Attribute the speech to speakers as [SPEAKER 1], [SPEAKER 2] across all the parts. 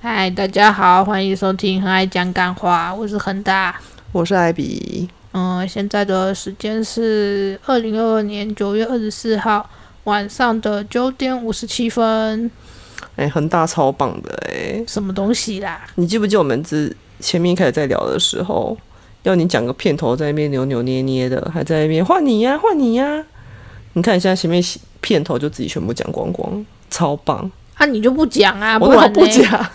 [SPEAKER 1] 嗨，大家好，欢迎收听《很爱讲干话》，我是恒大。
[SPEAKER 2] 我是艾比，
[SPEAKER 1] 嗯，现在的时间是二零二二年九月二十四号晚上的九点五十七分。
[SPEAKER 2] 哎、恒大超棒的哎、
[SPEAKER 1] 什么东西啦？
[SPEAKER 2] 你记不记得我们之前面开始在聊的时候，要你讲个片头，在那边扭扭捏捏的，还在那边换你呀、换你呀、你看你现在前面片头就自己全部讲光光，超棒！
[SPEAKER 1] 啊，你就不讲啊，不
[SPEAKER 2] 我哪
[SPEAKER 1] 然
[SPEAKER 2] 有不
[SPEAKER 1] 呢？
[SPEAKER 2] 讲？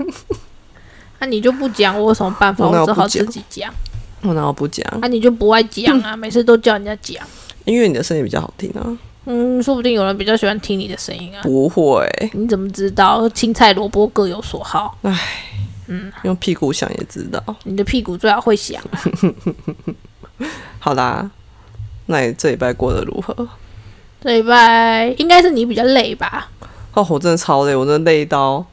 [SPEAKER 1] 啊，你就不讲，我有什么办法？
[SPEAKER 2] 我哪
[SPEAKER 1] 我
[SPEAKER 2] 有
[SPEAKER 1] 只好
[SPEAKER 2] 不
[SPEAKER 1] 自
[SPEAKER 2] 讲
[SPEAKER 1] 己讲。
[SPEAKER 2] 我哪有不讲？
[SPEAKER 1] 啊，你就不爱讲 啊，每次都叫人家讲。
[SPEAKER 2] 因为你的声音比较好听啊。
[SPEAKER 1] 嗯，说不定有人比较喜欢听你的声音啊。
[SPEAKER 2] 不会，
[SPEAKER 1] 你怎么知道？青菜萝卜各有所好，
[SPEAKER 2] 用屁股想也知道。
[SPEAKER 1] 你的屁股最好会响啊。
[SPEAKER 2] 好啦，那你这礼拜过得如何？
[SPEAKER 1] 这礼拜应该是你比较累吧？
[SPEAKER 2] 哦，我真的超累，我真的累到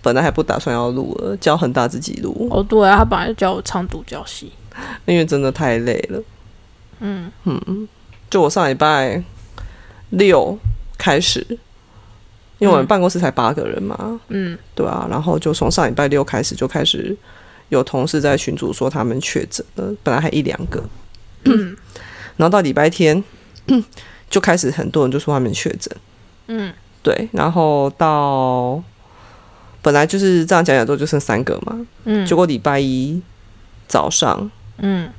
[SPEAKER 2] 本来还不打算要录了，叫恒大自己录，
[SPEAKER 1] 哦，对啊，他本来就叫我唱独角戏。
[SPEAKER 2] 因为真的太累了。
[SPEAKER 1] 嗯，
[SPEAKER 2] 就我上礼拜六开始，因为我们办公室才八个人嘛，
[SPEAKER 1] 嗯，
[SPEAKER 2] 对啊，然后就从上礼拜六开始就开始有同事在群组说他们确诊了，本来还一两个，
[SPEAKER 1] 嗯
[SPEAKER 2] 然后到礼拜天 就开始很多人就说他们确诊，
[SPEAKER 1] 嗯，
[SPEAKER 2] 对，然后到本来就是这样讲讲之后就剩三个嘛，
[SPEAKER 1] 嗯
[SPEAKER 2] 结果礼拜一早上。
[SPEAKER 1] 嗯，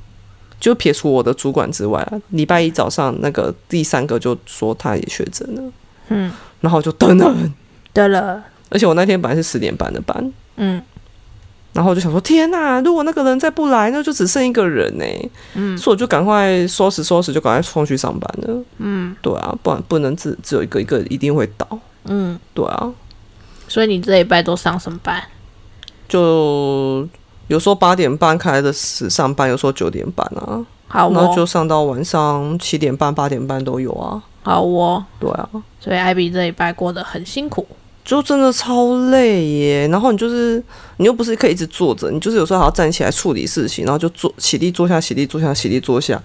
[SPEAKER 2] 就撇除我的主管之外啊，礼拜一早上那个第三个就说他也确诊了，
[SPEAKER 1] 嗯，
[SPEAKER 2] 然后我就等等，
[SPEAKER 1] 对了，
[SPEAKER 2] 而且我那天本来是十点半的班，
[SPEAKER 1] 嗯
[SPEAKER 2] 然后我就想说天呐、如果那个人再不来，那就只剩一个人呢、
[SPEAKER 1] 嗯
[SPEAKER 2] 所以我就赶快收拾收拾，就赶快冲去上班了。
[SPEAKER 1] 嗯
[SPEAKER 2] 对啊，不然不能只只有一个，一个一定会倒。
[SPEAKER 1] 嗯，
[SPEAKER 2] 对啊，
[SPEAKER 1] 所以你这礼拜都上什么班？
[SPEAKER 2] 就有时候八点半开的始上班，有时候九点半啊，
[SPEAKER 1] 好
[SPEAKER 2] 然后就
[SPEAKER 1] 哦，
[SPEAKER 2] 上到晚上七点半、八点半都有啊。
[SPEAKER 1] 好哦，
[SPEAKER 2] 对啊，
[SPEAKER 1] 所以艾比这礼拜过得很辛苦。
[SPEAKER 2] 就真的超累耶。然后你就是你又不是可以一直坐着，你就是有时候还要站起来处理事情，然后就坐起立坐下，起立坐下，起立坐下。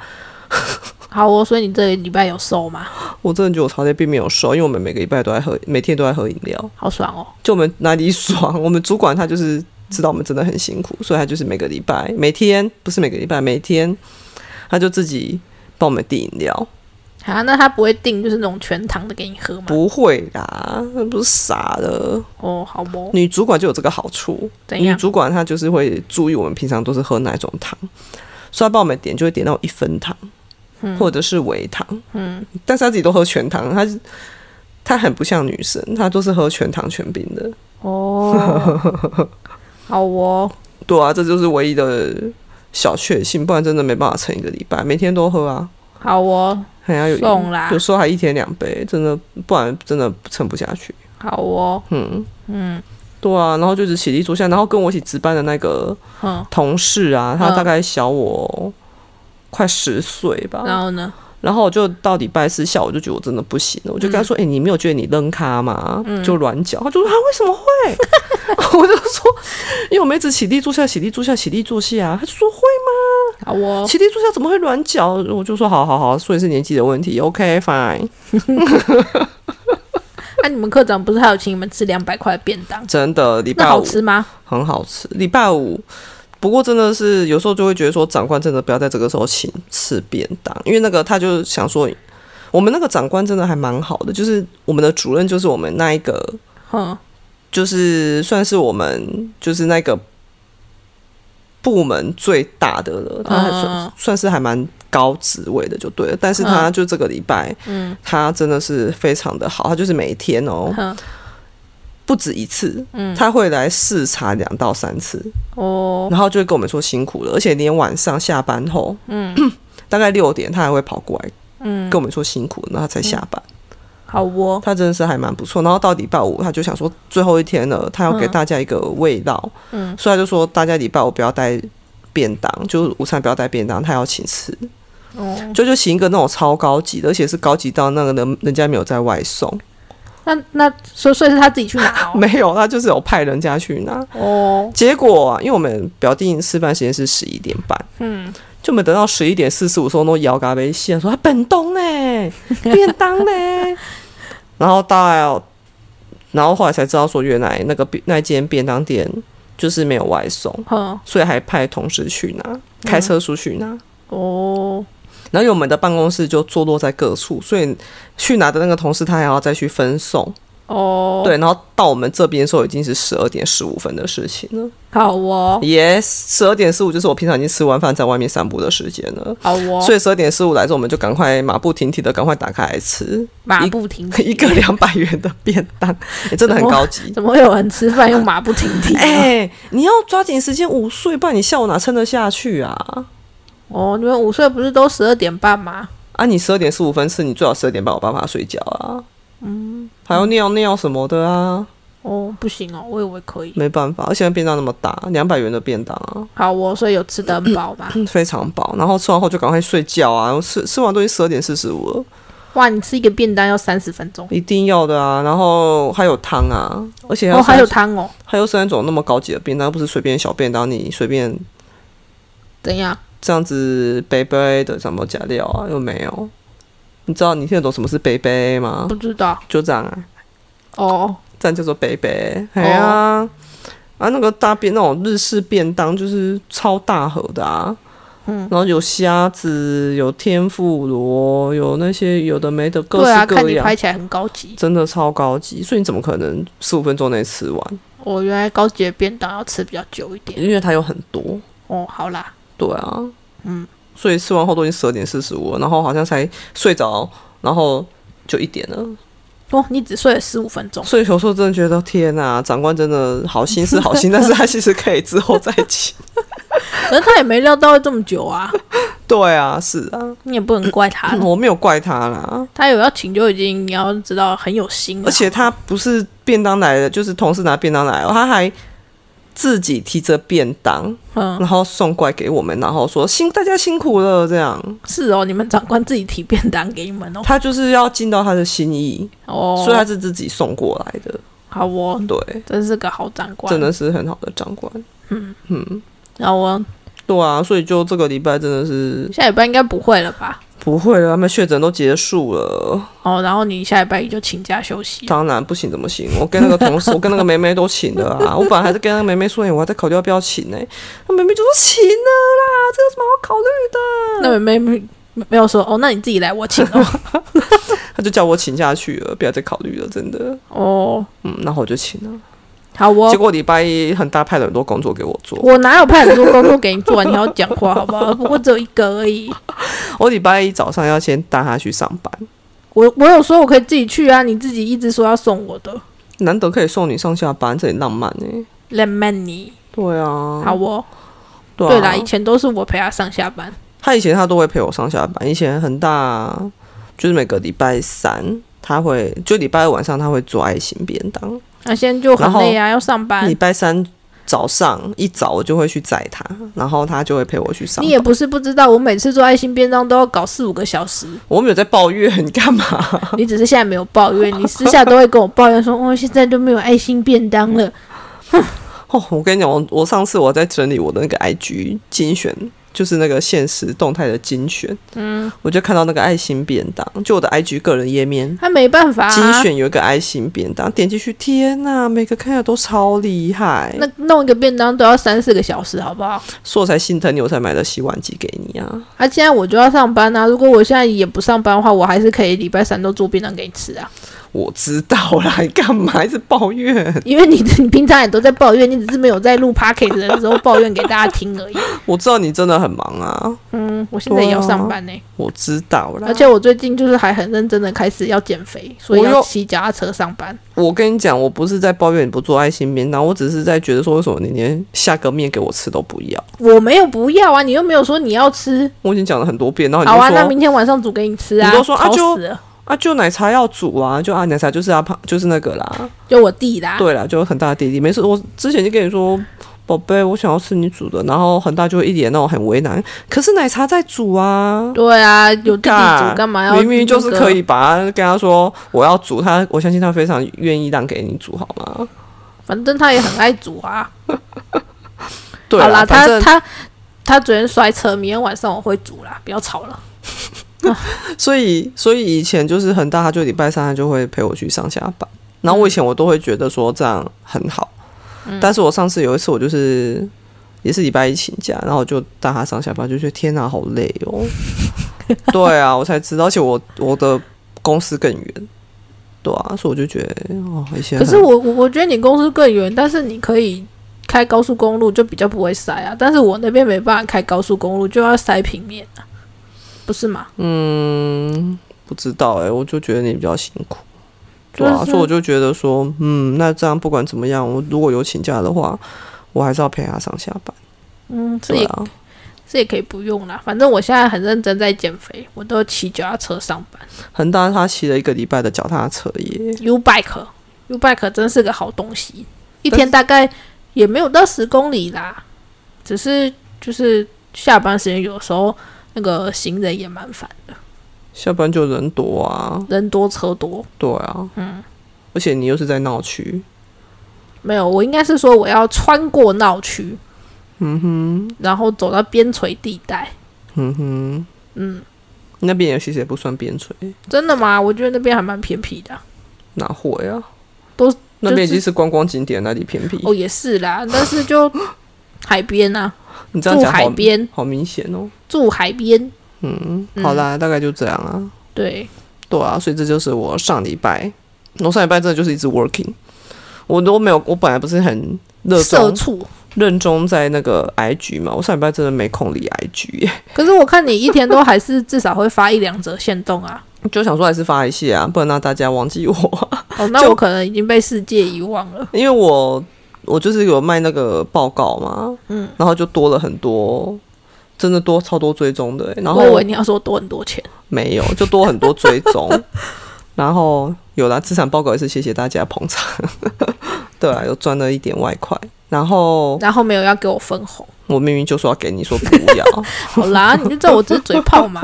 [SPEAKER 1] 好哦，所以你这礼拜有瘦吗？
[SPEAKER 2] 我真的觉得我超累，并没有瘦，因为我们每个礼拜都在喝，每天都在喝饮料。
[SPEAKER 1] 好爽哦，
[SPEAKER 2] 就我们哪里爽，我们主管他就是知道我们真的很辛苦，所以他就是每个礼拜每天不是每个礼拜每天，他就自己帮我们订饮料。
[SPEAKER 1] 啊，那他不会订就是那种全糖的给你喝吗？
[SPEAKER 2] 不会啦，那不是傻的。
[SPEAKER 1] 哦，好哦，
[SPEAKER 2] 女主管就有这个好处，
[SPEAKER 1] 怎
[SPEAKER 2] 女
[SPEAKER 1] 样？
[SPEAKER 2] 主管她就是会注意我们平常都是喝哪种糖，所以她帮我们点就会点到一分糖，或者是微糖，
[SPEAKER 1] 嗯，
[SPEAKER 2] 但是她自己都喝全糖，她是她很不像女生，她都是喝全糖全冰的。
[SPEAKER 1] 哦，好哦，
[SPEAKER 2] 对啊，这就是唯一的小确幸，不然真的没办法撑一个礼拜，每天都喝啊，
[SPEAKER 1] 好哦，
[SPEAKER 2] 还要有
[SPEAKER 1] 送啦
[SPEAKER 2] 有，时候还一天两杯，真的不然真的撑不下去。
[SPEAKER 1] 好哦，
[SPEAKER 2] 嗯，
[SPEAKER 1] 嗯
[SPEAKER 2] 对啊，然后就是起立坐下，然后跟我一起值班的那个
[SPEAKER 1] 哼，
[SPEAKER 2] 同事啊，他
[SPEAKER 1] 嗯
[SPEAKER 2] 大概小我快十岁吧，
[SPEAKER 1] 然后呢？
[SPEAKER 2] 然后我就到礼拜四下午就觉得我真的不行了，我就跟他
[SPEAKER 1] 嗯
[SPEAKER 2] 说：“哎、你没有觉得你扔咖吗？”就软脚，他就说：“他啊为什么会？” 我就说：“因为我们一直起立坐下，起立坐下，起立坐下啊。”他就说：“会
[SPEAKER 1] 好哦，
[SPEAKER 2] 起立坐下怎么会软脚？”我就说：“好好好，所以是年纪的问题。OK fine，
[SPEAKER 1] 那、啊你们科长不是还有请你们吃两百块的便 当？
[SPEAKER 2] 真的礼
[SPEAKER 1] 那
[SPEAKER 2] 拜
[SPEAKER 1] 好
[SPEAKER 2] 五
[SPEAKER 1] 吃吗？
[SPEAKER 2] 很好吃。礼拜五。”不过真的是有时候就会觉得说，长官真的不要在这个时候请吃便当，因为那个他就想说，我们那个长官真的还蛮好的，就是我们的主任就是我们那一个
[SPEAKER 1] 哼，
[SPEAKER 2] 就是算是我们就是那个部门最大的了，他还算、
[SPEAKER 1] 嗯
[SPEAKER 2] 算是还蛮高职位的就对了。但是他就这个礼拜，
[SPEAKER 1] 嗯
[SPEAKER 2] 他真的是非常的好，他就是每天哦
[SPEAKER 1] 哼，
[SPEAKER 2] 不止一次，
[SPEAKER 1] 嗯
[SPEAKER 2] 他会来视察两到三次，
[SPEAKER 1] 哦，
[SPEAKER 2] 然后就会跟我们说辛苦了，而且连晚上下班后，
[SPEAKER 1] 嗯
[SPEAKER 2] 大概六点他还会跑过来
[SPEAKER 1] 嗯
[SPEAKER 2] 跟，我们说辛苦了，然后他才下班。
[SPEAKER 1] 好哦，
[SPEAKER 2] 他真的是还蛮不错。然后到礼拜五，他就想说最后一天了，他要给
[SPEAKER 1] 嗯
[SPEAKER 2] 大家一个味道，
[SPEAKER 1] 嗯
[SPEAKER 2] 所以他就说大家礼拜五不要带便当，就是午餐不要带便当，他要请吃，
[SPEAKER 1] 哦，
[SPEAKER 2] 就就请一个那种超高级的，而且是高级到那个人人家没有在外送，
[SPEAKER 1] 那那所以所以是他自己去拿 哦，
[SPEAKER 2] 没有，他就是有派人家去拿。
[SPEAKER 1] 哦，
[SPEAKER 2] 结果、啊，因为我们表定吃饭时间是十一点半，
[SPEAKER 1] 嗯，
[SPEAKER 2] 就我们等到十一点四十五时候，都摇嘎杯线说啊本东嘞， 便当嘞，然后到然后后来才知道说，原来那个便那间便当店就是没有外送，
[SPEAKER 1] 哼，
[SPEAKER 2] 所以还派同事去
[SPEAKER 1] 嗯
[SPEAKER 2] 拿，开车出去拿。
[SPEAKER 1] 哦，
[SPEAKER 2] 然后因为我们的办公室就坐落在各处，所以去拿的那个同事他还要再去分送，
[SPEAKER 1] 哦，，
[SPEAKER 2] 对，然后到我们这边的时候已经是十二点十五分的事情了。
[SPEAKER 1] 好哦，
[SPEAKER 2] Yes，十二点十五就是我平常已经吃完饭在外面散步的时间了。
[SPEAKER 1] 好哦，
[SPEAKER 2] 所以十二点十五来之后，我们就赶快马不停蹄的赶快打开来吃
[SPEAKER 1] 马不停蹄，
[SPEAKER 2] 一个两百元的便 当，欸真的很高级。
[SPEAKER 1] 怎么会有人吃饭用马不停蹄、啊？
[SPEAKER 2] 哎、你要抓紧时间午睡，不然你下午哪撑得下去啊？
[SPEAKER 1] 哦，你们午睡不是都十二点半吗？
[SPEAKER 2] 啊，你十二点十五分吃，你最好十二点半有办法睡觉啊。嗯，还要尿尿什么的啊，
[SPEAKER 1] 哦，不行哦，我以为可以。
[SPEAKER 2] 没办法。而且便当那么大，两百元的便当啊，
[SPEAKER 1] 好哦，所以有吃得很饱吧？
[SPEAKER 2] 嗯非常饱。然后吃完后就赶快睡觉啊，然后吃吃完都已经十二点四十五了，
[SPEAKER 1] 哇，你吃一个便当要三十分钟，
[SPEAKER 2] 一定要的啊。然后还有汤啊，而且还
[SPEAKER 1] 哦，
[SPEAKER 2] 有
[SPEAKER 1] 还
[SPEAKER 2] 三
[SPEAKER 1] 有汤哦，
[SPEAKER 2] 还有三种那么高级的便当，不是随便小便当，你随便
[SPEAKER 1] 怎样？
[SPEAKER 2] 这样子杯杯的什么加料啊，又没有。你知道你听得懂什么是杯杯吗
[SPEAKER 1] 不？知道
[SPEAKER 2] 就这样啊，
[SPEAKER 1] 哦，
[SPEAKER 2] 这样叫做杯杯。哎呀、啊，那个大便那种日式便当就是超大盒的啊。嗯，然后有虾子，有天妇罗，有那些有的没的各
[SPEAKER 1] 对啊，
[SPEAKER 2] 式各
[SPEAKER 1] 看你
[SPEAKER 2] 样，
[SPEAKER 1] 拍起来很高级。
[SPEAKER 2] 真的超高级。所以你怎么可能十五分钟内吃完？
[SPEAKER 1] 我、哦原来高级的便当要吃比较久一点。
[SPEAKER 2] 因为它有很多。
[SPEAKER 1] 哦，好啦，
[SPEAKER 2] 对啊，嗯，所以吃完后都已经十二点四十五了，然后好像才睡着，然后就一点了。
[SPEAKER 1] 哦，你只睡了十五分钟，
[SPEAKER 2] 所以有时候真的觉得天呐，长官真的好心 是好心，但是他其实可以之后再请。
[SPEAKER 1] 可是他也没料到会这么久啊，
[SPEAKER 2] 对啊，是啊，
[SPEAKER 1] 你也不能怪他。
[SPEAKER 2] 我没有怪他啦，
[SPEAKER 1] 他有要请就已经，你要知道很有心啊了。
[SPEAKER 2] 而且他不是便当来的，就是同事拿便当来了，他还。自己提着便当，
[SPEAKER 1] 嗯，
[SPEAKER 2] 然后送过来给我们，然后说辛大家辛苦了，这样
[SPEAKER 1] 是哦，你们长官自己提便当给你们哦。
[SPEAKER 2] 他就是要尽到他的心意，
[SPEAKER 1] 哦，
[SPEAKER 2] 所以他是自己送过来的，
[SPEAKER 1] 好哦，
[SPEAKER 2] 对。
[SPEAKER 1] 真是个好长官。
[SPEAKER 2] 真的是很好的长官。
[SPEAKER 1] 然后我
[SPEAKER 2] 对啊，所以就这个礼拜真的是
[SPEAKER 1] 哦下礼拜应该不会了吧？
[SPEAKER 2] 不会了，他们确诊都结束了，
[SPEAKER 1] 哦，然后你下礼拜一就请假休息。
[SPEAKER 2] 当然不行怎么行？我跟那 个同事，我跟那个梅梅都请了啊，我本来还是跟那个梅梅说，哎我还在考虑要不要请呢、那梅梅就说请了啦，这有什么好考虑的？
[SPEAKER 1] 那妹妹没没有说哦，那你自己来，我请 哦。
[SPEAKER 2] 他就叫我请下去了，不要再考虑了，真的。
[SPEAKER 1] 哦，
[SPEAKER 2] 嗯，然后我就请了，
[SPEAKER 1] 好哦
[SPEAKER 2] 结。果礼拜一很大派了很多工作给我做，
[SPEAKER 1] 我哪有派很多工作给你做、啊？你要讲话好不 好？不过只有一个而已。
[SPEAKER 2] 我礼拜一早上要先带他去上班，
[SPEAKER 1] 我我有说我可以自己去啊，你自己一直说要送我的。
[SPEAKER 2] 难得可以送你上下班，这很浪漫哎、
[SPEAKER 1] 浪漫你，
[SPEAKER 2] 对啊，
[SPEAKER 1] 好哦。
[SPEAKER 2] 对啊
[SPEAKER 1] 对啦，以前都是我陪他上下班。
[SPEAKER 2] 他以前他都会陪我上下班，以前很大，就是每个礼拜三他会，就礼拜二晚上他会做爱心便当，
[SPEAKER 1] 那、现在就很累啊，要上班
[SPEAKER 2] 礼。拜三早上一早我就会去载他，然后他就会陪我去上
[SPEAKER 1] 你
[SPEAKER 2] 班。
[SPEAKER 1] 也不是不知道，我每次做爱心便当都要搞四五个小 时。
[SPEAKER 2] 我没有在抱怨，你 干嘛？
[SPEAKER 1] 你只是现在没有抱怨，你私下都会跟我抱怨说，哦，现在都没有爱心便当了。
[SPEAKER 2] 嗯哦，我跟你讲，我我上次我在整理我的那个 IG 精选。就是那个现实动态的精选，嗯，我就看到那个爱心便当，就我的 IG 个人页面
[SPEAKER 1] 他没办法、
[SPEAKER 2] 精
[SPEAKER 1] 啊，
[SPEAKER 2] 选有一个爱心便当，点进去，天呐，每个看起来都超厉害，
[SPEAKER 1] 那弄一个便当都要三四个小时，好不好？
[SPEAKER 2] 所以我才心疼你，我才买了洗碗机给你啊。
[SPEAKER 1] 啊，现在我就要上班啊！如果我现在也不上班的话，我还是可以礼拜三都做便当给你吃啊。
[SPEAKER 2] 我知道啦， 你干嘛一直抱怨？
[SPEAKER 1] 因为你你平常也都在抱怨，你只是没有在录 p o c a s t 的时候抱怨给大家听而已。
[SPEAKER 2] 我知道你真的很忙啊，
[SPEAKER 1] 嗯，我现在也要上班呢、
[SPEAKER 2] 我知道啦。
[SPEAKER 1] 而且我最近就是还很认真的开始要减肥，所以
[SPEAKER 2] 我
[SPEAKER 1] 要
[SPEAKER 2] 又
[SPEAKER 1] 骑脚踏车上班。
[SPEAKER 2] 我跟你讲，我不是在抱怨你不做爱心便当，我只是在觉得说，为什么你连下个面给我吃都不要？
[SPEAKER 1] 我没有不要啊，你又没有说你要吃。
[SPEAKER 2] 我已经讲了很多遍，哦然后你
[SPEAKER 1] 好啊，
[SPEAKER 2] 就
[SPEAKER 1] 那
[SPEAKER 2] 说
[SPEAKER 1] 明天晚上煮给你吃啊。
[SPEAKER 2] 你都说啊
[SPEAKER 1] 吵
[SPEAKER 2] 就
[SPEAKER 1] 死了，
[SPEAKER 2] 啊，就奶茶要煮啊，就啊奶茶就是啊胖就是那个啦，
[SPEAKER 1] 就我弟啦。
[SPEAKER 2] 对啦，就很大的弟弟。没事，我之前就跟你说。宝贝，我想要吃你煮的，然后恒大就会一脸那种很为难。可是奶茶在煮啊，
[SPEAKER 1] 对啊，有弟弟
[SPEAKER 2] 干
[SPEAKER 1] 煮干嘛要、
[SPEAKER 2] 明明就是可以。把他跟他说我要煮他，我相信他非常愿意让给你煮，好吗？
[SPEAKER 1] 反正他也很爱煮啊。
[SPEAKER 2] 对
[SPEAKER 1] 好啦，
[SPEAKER 2] 啦，反
[SPEAKER 1] 他
[SPEAKER 2] 正
[SPEAKER 1] 他他昨天摔车，明天晚上我会煮啦，不要吵了。
[SPEAKER 2] 所以所以以前就是很大，他就礼拜三他就会陪我去上下班，然后我以前我都会觉得说这样很好。
[SPEAKER 1] 嗯
[SPEAKER 2] 但是我上次有一次，我就是也是礼拜一请假，然后我就搭他上下班，就觉得天哪、好累哦。 对啊，我才知道，而且我我的公司更远，对啊，所以我就觉得哦，一些
[SPEAKER 1] 可是
[SPEAKER 2] 很
[SPEAKER 1] 我我我觉得你公司更远，但是你可以开高速公路就比较不会塞啊。但是我那边没办法开高速公路，就要塞平面啊，不是吗？
[SPEAKER 2] 嗯，不知道哎、我就觉得你比较辛苦，对
[SPEAKER 1] 就
[SPEAKER 2] 啊，
[SPEAKER 1] 是
[SPEAKER 2] 所以我就觉得说，嗯，那这样不管怎么样，我如果有请假的话，我还是要陪他上下班，
[SPEAKER 1] 嗯，这
[SPEAKER 2] 对
[SPEAKER 1] 也、
[SPEAKER 2] 啊，
[SPEAKER 1] 这也可以不用啦。反正我现在很认真在减肥，我都骑脚踏车上班
[SPEAKER 2] 恒大他骑了一个礼拜的脚踏车耶，
[SPEAKER 1] ，U bike U bike 真是个好东西，一
[SPEAKER 2] 但是
[SPEAKER 1] 天大概也没有到十公里啦，只是就是下班时间有时候那个行人也蛮烦，
[SPEAKER 2] 下班就人多啊，
[SPEAKER 1] 人多车多。
[SPEAKER 2] 对啊，嗯，而且你又是在闹区，
[SPEAKER 1] 没有，我应该是说我要穿过闹区，嗯哼，然后走到边陲地带。
[SPEAKER 2] 嗯哼，
[SPEAKER 1] 嗯，
[SPEAKER 2] 那边也其实也不算边陲，
[SPEAKER 1] 真的吗？我觉得那边还蛮偏僻的啊。
[SPEAKER 2] 哪会啊？
[SPEAKER 1] 都
[SPEAKER 2] 那边
[SPEAKER 1] 就
[SPEAKER 2] 已
[SPEAKER 1] 是
[SPEAKER 2] 经是观光景点，哪里偏僻？
[SPEAKER 1] 哦，也是啦，但是就海边啊，
[SPEAKER 2] 你这样
[SPEAKER 1] 住
[SPEAKER 2] 讲
[SPEAKER 1] 海
[SPEAKER 2] 好
[SPEAKER 1] 边，
[SPEAKER 2] 好明显哦。
[SPEAKER 1] 住海边。
[SPEAKER 2] 嗯，
[SPEAKER 1] 嗯
[SPEAKER 2] 好啦，大概就这样啊。
[SPEAKER 1] 对，
[SPEAKER 2] 对啊，所以这就是我上礼拜，我上礼拜真的就是一直 working，我都没有，我本来不是很热
[SPEAKER 1] 社
[SPEAKER 2] 衷
[SPEAKER 1] 畜。
[SPEAKER 2] 认真在那个 IG 嘛，我上礼拜真的没空理 IG，耶
[SPEAKER 1] 可是我看你一天都还是至少会发一两则线动啊。
[SPEAKER 2] 就想说还是发一下啊，不能让大家忘记我，
[SPEAKER 1] 哦，那
[SPEAKER 2] 就
[SPEAKER 1] 我可能已经被世界遗忘了。
[SPEAKER 2] 因为我我就是有卖那个报告嘛，嗯，然后就多了很多，真的多超多追踪的耶、然后
[SPEAKER 1] 我以为你要说多很多钱，
[SPEAKER 2] 没有，就多很多追踪。 然后有啦，资产报告也是谢谢大家捧场， 对啊，有赚了一点外快。然后
[SPEAKER 1] 然后没有要给我分红。
[SPEAKER 2] 我明明就说要给你说不要，
[SPEAKER 1] 好啦，你就知道我只是嘴炮嘛。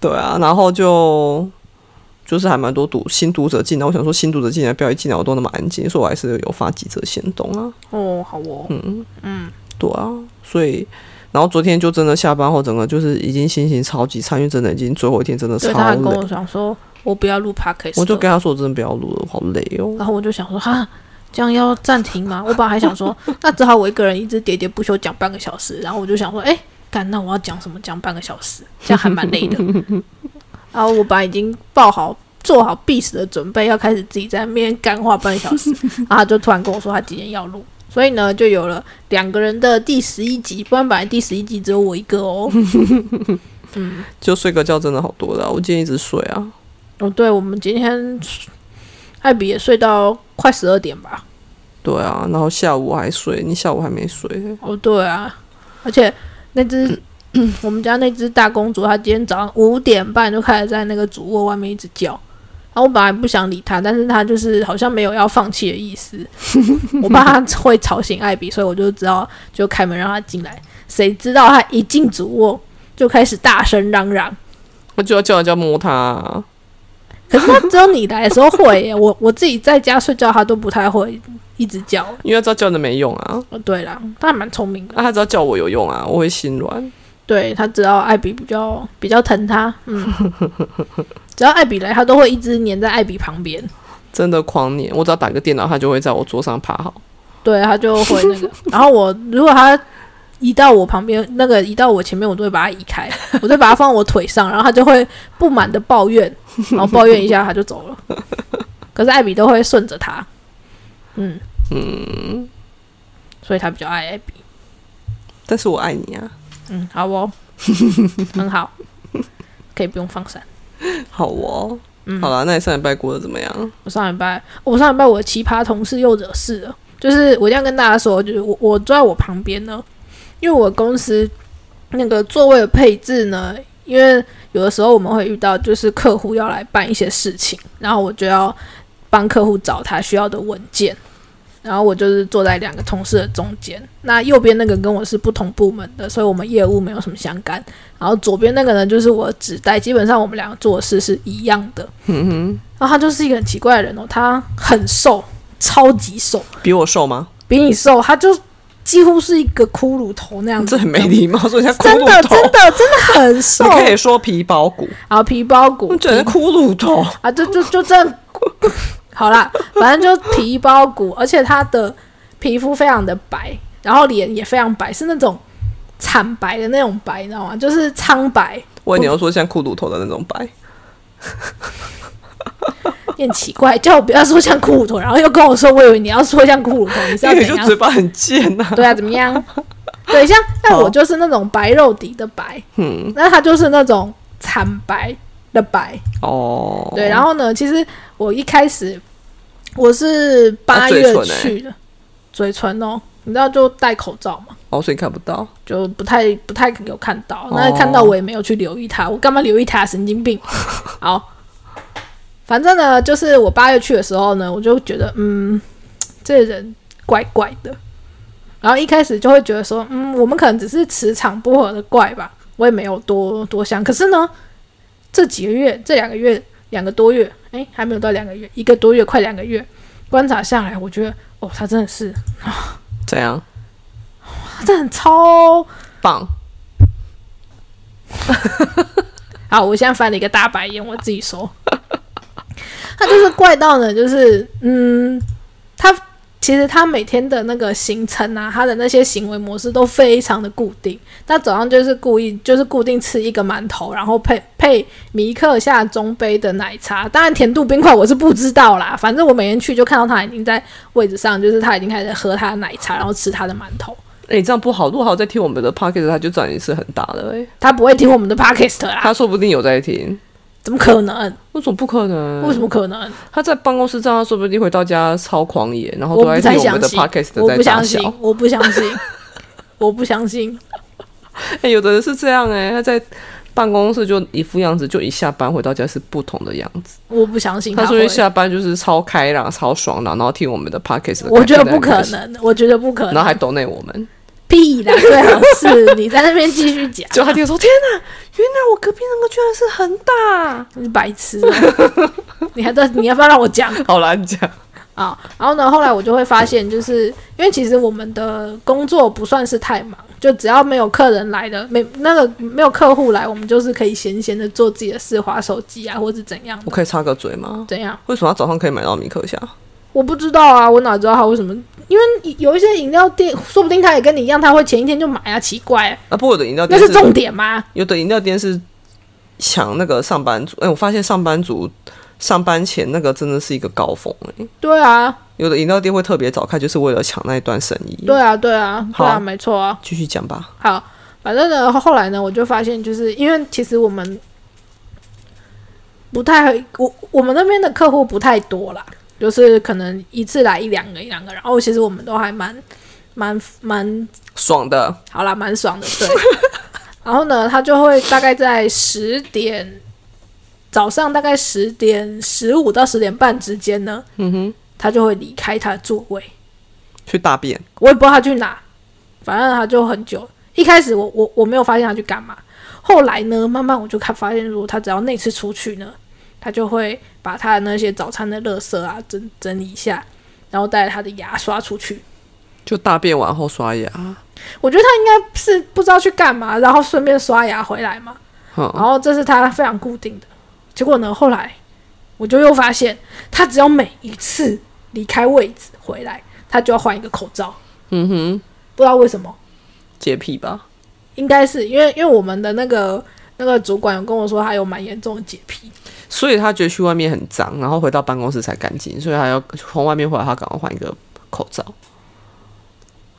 [SPEAKER 2] 对啊，然后就就是还蛮多读新读者进来，我想说新读者进来不要一进来我都那么安静，所以我还是有发几则先动啊，
[SPEAKER 1] 哦，好哦，
[SPEAKER 2] 嗯对啊，所以然后昨天就真的下班后，整个就是已经心情超级差，因为真的已经最后一天真的超
[SPEAKER 1] 对他还跟
[SPEAKER 2] 累，
[SPEAKER 1] 我讲说，我不要录 podcast，
[SPEAKER 2] 我就
[SPEAKER 1] 了
[SPEAKER 2] 跟他说我真的不要录了，我好累哦。
[SPEAKER 1] 然后我就想说，哈，这样要暂停吗？我本来还想说，那只好我一个人一直喋喋不休讲半个小时。然后我就想说，哎，干，那我要讲什么？讲半个小时，这样还蛮累的。然后我本来已经报好、做好必死的准备，要开始自己在那边干话半个小时，然后他就突然跟我说他今天要录。所以呢，就有了两个人的第十一集，不然本来第十一集只有我一个哦。
[SPEAKER 2] 就睡个觉真的好多了啊、我今天一直睡啊。
[SPEAKER 1] 哦，对，我们今天艾比也睡到快十二点吧。
[SPEAKER 2] 对啊，然后下午还睡，你下午还没睡，
[SPEAKER 1] 哦，对啊，而且那只嗯我们家那只大公主，她今天早上五点半就开始在那个主卧外面一直叫。然后我本来不想理她，但是她就是好像没有要放弃的意思，我怕她会吵醒艾比，所以我就只好就开门让她进来。谁知道她一进主卧就开始大声嚷嚷，
[SPEAKER 2] 我就要叫人家摸它啊、
[SPEAKER 1] 可是她只有你来的时候会耶，我我自己在家睡觉她都不太会一直叫。
[SPEAKER 2] 因为他知道叫人没用啊，
[SPEAKER 1] 哦，对啦，她还蛮聪明的。
[SPEAKER 2] 啊，他知道叫我有用啊，我会心软。
[SPEAKER 1] 对他只要艾比比较比较疼他，嗯，只要艾比来，他都会一直黏在艾比旁边，
[SPEAKER 2] 真的狂撵，我只要打个电脑，他就会在我桌上爬好。
[SPEAKER 1] 对他就会那个。然后我如果他移到我旁边，那个移到我前面，我都会把它移开，我再把它放我腿上，然后他就会不满的抱怨，然后抱怨一下他就走了。可是艾比都会顺着他，嗯嗯，所以他比较爱艾比，
[SPEAKER 2] 但是我爱你啊，
[SPEAKER 1] 嗯，好哦，很好，可以不用放闪。
[SPEAKER 2] 好哦，
[SPEAKER 1] 嗯
[SPEAKER 2] 好啦，那你上礼拜过得怎么样？
[SPEAKER 1] 我上礼拜，我上礼拜我的奇葩同事又惹事了。就是我这样跟大家说，就是我我坐在我旁边呢，因为我公司那个座位的配置呢，因为有的时候我们会遇到就是客户要来办一些事情，然后我就要帮客户找他需要的文件，然后我就是坐在两个同事的中间。那右边那个跟我是不同部门的，所以我们业务没有什么相干。然后左边那个呢，就是我的指代，基本上我们两个做的事是一样的。
[SPEAKER 2] 嗯
[SPEAKER 1] 然后他就是一个很奇怪的人哦，他很瘦，超级瘦，
[SPEAKER 2] 哼，比我瘦吗？
[SPEAKER 1] 比你瘦，他就几乎是一个骷髅头那样子。
[SPEAKER 2] 这很没礼貌，说人 家骷
[SPEAKER 1] 真的
[SPEAKER 2] 髅头
[SPEAKER 1] 真，的真的很瘦
[SPEAKER 2] 你，可以说皮包骨，
[SPEAKER 1] 然后皮包骨
[SPEAKER 2] 我觉得骷髅头。
[SPEAKER 1] 啊，就就就这样，好啦，反正就皮包骨，而且他的皮肤非常的白，然后脸也非常白，是那种惨白的那种白，你知道吗？就是苍白，
[SPEAKER 2] 我你要说像骷髅头的那种 白，
[SPEAKER 1] 有点奇怪。叫我不要说像骷髅头，然后又跟我说，我以为你要说像骷髅头，你是要
[SPEAKER 2] 因
[SPEAKER 1] 怎
[SPEAKER 2] 为你就
[SPEAKER 1] 样？
[SPEAKER 2] 嘴巴很贱 呐、
[SPEAKER 1] 对啊，怎么样？对，像像
[SPEAKER 2] 好
[SPEAKER 1] 我就是那种白肉底的白，
[SPEAKER 2] 嗯，
[SPEAKER 1] 那他就是那种惨白的白。
[SPEAKER 2] 哦，
[SPEAKER 1] 对，然后呢，其实我一开始我是八
[SPEAKER 2] 嘴
[SPEAKER 1] 月
[SPEAKER 2] 唇欸
[SPEAKER 1] 去的，嘴唇哦，你知道就戴口罩嘛，
[SPEAKER 2] 哦，所以看不到，
[SPEAKER 1] 就不太不太有看到。
[SPEAKER 2] 哦
[SPEAKER 1] 那看到我也没有去留意它，我干嘛留意它？神经病！好，反正呢，就是我八月去的时候呢，我就觉得嗯，这人怪怪的。然后一开始就会觉得说，嗯，我们可能只是磁场不合的怪吧，我也没有多多想。可是呢，这几个月，这两个月，两个多月，哎，还没有到两个月，一个多月，快两个月，观察下来，我觉得，哦，他真的是，
[SPEAKER 2] 怎样？
[SPEAKER 1] 他真的很超
[SPEAKER 2] 棒，
[SPEAKER 1] 好，我现在翻了一个大白眼，我自己说， 他就是怪到呢，就是嗯，他其实他每天的那个行程啊，他的那些行为模式都非常的固定。他早上就是故意就是固定吃一个馒头，然后配配米克夏中杯的奶茶，当然甜度冰块我是不知道啦，反正我每天去就看到他已经在位置上，就是他已经开始喝他的奶茶，然后吃他的馒头。
[SPEAKER 2] 哎、你这样不好，如果好在听我们的 p o c k e t 他就知道你是很大的、欸，
[SPEAKER 1] 他不会听我们的 podcast 啦，
[SPEAKER 2] 他说不定有在听，
[SPEAKER 1] 怎么可能？
[SPEAKER 2] 为什么不可能？
[SPEAKER 1] 为什么可能？
[SPEAKER 2] 他在办公室这样，他说不定回到家超狂野，然后都在听我们的 podcast
[SPEAKER 1] 我
[SPEAKER 2] 在
[SPEAKER 1] 不
[SPEAKER 2] 大
[SPEAKER 1] 相信
[SPEAKER 2] 笑。，
[SPEAKER 1] 我不相信，我不相信。
[SPEAKER 2] 哎、有的人是这样哎、他在办公室就一副样子，就一下班回到家是不同的样子。
[SPEAKER 1] 我不相信
[SPEAKER 2] 他说
[SPEAKER 1] 会
[SPEAKER 2] 一。下班就是超开朗、超爽朗，然后听我们的 podcast，的
[SPEAKER 1] 我觉得不
[SPEAKER 2] 开
[SPEAKER 1] 可
[SPEAKER 2] 心，
[SPEAKER 1] 能，我觉得不可
[SPEAKER 2] 然后
[SPEAKER 1] 能，
[SPEAKER 2] 还 donate 我们。
[SPEAKER 1] 屁啦！最好是你在那边继续讲，
[SPEAKER 2] 就他听说，天哪，原来我隔壁那个居然是 恒大。
[SPEAKER 1] 你是白痴啊！你还在，你要不要让我讲
[SPEAKER 2] 好难讲，
[SPEAKER 1] 啊？然后呢，后来我就会发现，就是因为其实我们的工作不算是太忙，就只要没有客人来的，没那个没有客户来，我们就是可以闲闲的做自己的事，划手机啊，或是怎样
[SPEAKER 2] 我可以插个嘴吗？
[SPEAKER 1] 怎样。
[SPEAKER 2] 为什么他早上可以买到米克夏？啊
[SPEAKER 1] 我不知道啊，我哪知道他为什么？因为有一些饮料店，说不定他也跟你一样，他会前一天就买啊，奇怪、
[SPEAKER 2] 啊，不过有的饮料
[SPEAKER 1] 那
[SPEAKER 2] 店
[SPEAKER 1] 是重点吗？
[SPEAKER 2] 有的饮料店是抢那个上班族，哎、我发现上班族上班前那个真的是一个高峰、哎，
[SPEAKER 1] 对啊，
[SPEAKER 2] 有的饮料店会特别早开，就是为了抢那一段生意。
[SPEAKER 1] 对，啊，对啊，对啊，
[SPEAKER 2] 嗯好
[SPEAKER 1] 没错啊。
[SPEAKER 2] 继续讲吧。
[SPEAKER 1] 好，反正呢，后来呢，我就发现，就是因为其实我们不太我我们那边的客户不太多啦，就是可能一次来一两个一两个，然后其实我们都还蛮蛮蛮
[SPEAKER 2] 爽的，
[SPEAKER 1] 好啦，蛮 爽的，对。然后呢，他就会大概在十点早上，大概十点十五到十点半之间呢，
[SPEAKER 2] 嗯哼，
[SPEAKER 1] 他就会离开他的座位。
[SPEAKER 2] 去大便，
[SPEAKER 1] 我也不知道他去哪，反正他就很久。一开始我我我没有发现他去干嘛，后来呢，慢慢我就看发现，如果他只要那次出去呢，他就会把他的那些早餐的垃圾啊整整理一下，然后带着他的牙刷出去。
[SPEAKER 2] 就大便完后刷牙。
[SPEAKER 1] 我觉得他应该是不知道去干嘛，然后顺便刷牙回来嘛。然
[SPEAKER 2] 嗯，
[SPEAKER 1] 后这是他非常固定的。结果呢，后来我就又发现，他只要每一次离开位置回来，他就要换一个口罩，
[SPEAKER 2] 嗯哼，
[SPEAKER 1] 不知道为什么，
[SPEAKER 2] 洁癖吧。
[SPEAKER 1] 应该是因为因为我们的那个那个主管有跟我说，他有蛮严重的洁癖。
[SPEAKER 2] 所以他觉得去外面很脏，然后回到办公室才干净，所以他要从外面回来，他赶快换一个口罩。
[SPEAKER 1] 啊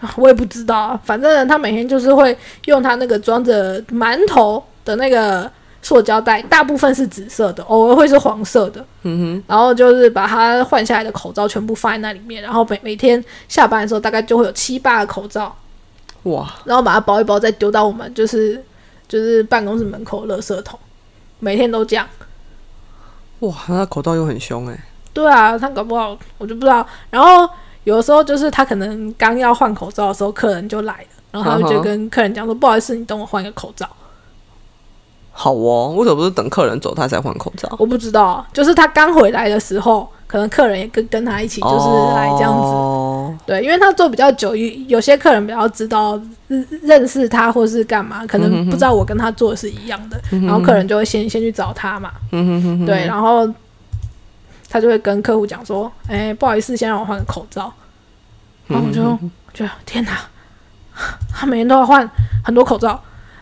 [SPEAKER 1] 我也不知道啊，反正呢他每天就是会用他那个装着馒头的那个塑胶袋，大部分是紫色的，偶尔会是黄色的。
[SPEAKER 2] 嗯
[SPEAKER 1] 然后就是把他换下来的口罩全部放在那里面，然后每每天下班的时候大概就会有七八个口罩，
[SPEAKER 2] 哼，哇，
[SPEAKER 1] 然后把它包一包，再丢到我们就是就是办公室门口的垃圾桶，每天都这样。
[SPEAKER 2] 哇，那口罩又很凶哎、
[SPEAKER 1] 对啊，他搞不好我就不知道。然后有的时候就是他可能刚要换口罩的时候，客人就来了，然后他
[SPEAKER 2] 嗯
[SPEAKER 1] 就
[SPEAKER 2] 哼
[SPEAKER 1] 跟客人讲说：“不好意思，你等我换个口罩。”
[SPEAKER 2] 好哦，为什么不是等客人走他才换口罩？
[SPEAKER 1] 我不知道，就是他刚回来的时候，可能客人也跟跟他一起就是来这样子。
[SPEAKER 2] 哦
[SPEAKER 1] 对，因为他做比较久，有有些客人比较知道认认识他或是干嘛，可
[SPEAKER 2] 嗯
[SPEAKER 1] 能不知道我跟他做的是一样的，然后客人就会先先去找他嘛，
[SPEAKER 2] 嗯哼哼哼，
[SPEAKER 1] 对，然后他就会跟客户讲说，哎、不好意思，先让我换个口罩，然后我
[SPEAKER 2] 嗯
[SPEAKER 1] 就觉得天哪， 他每天都要换很多口罩。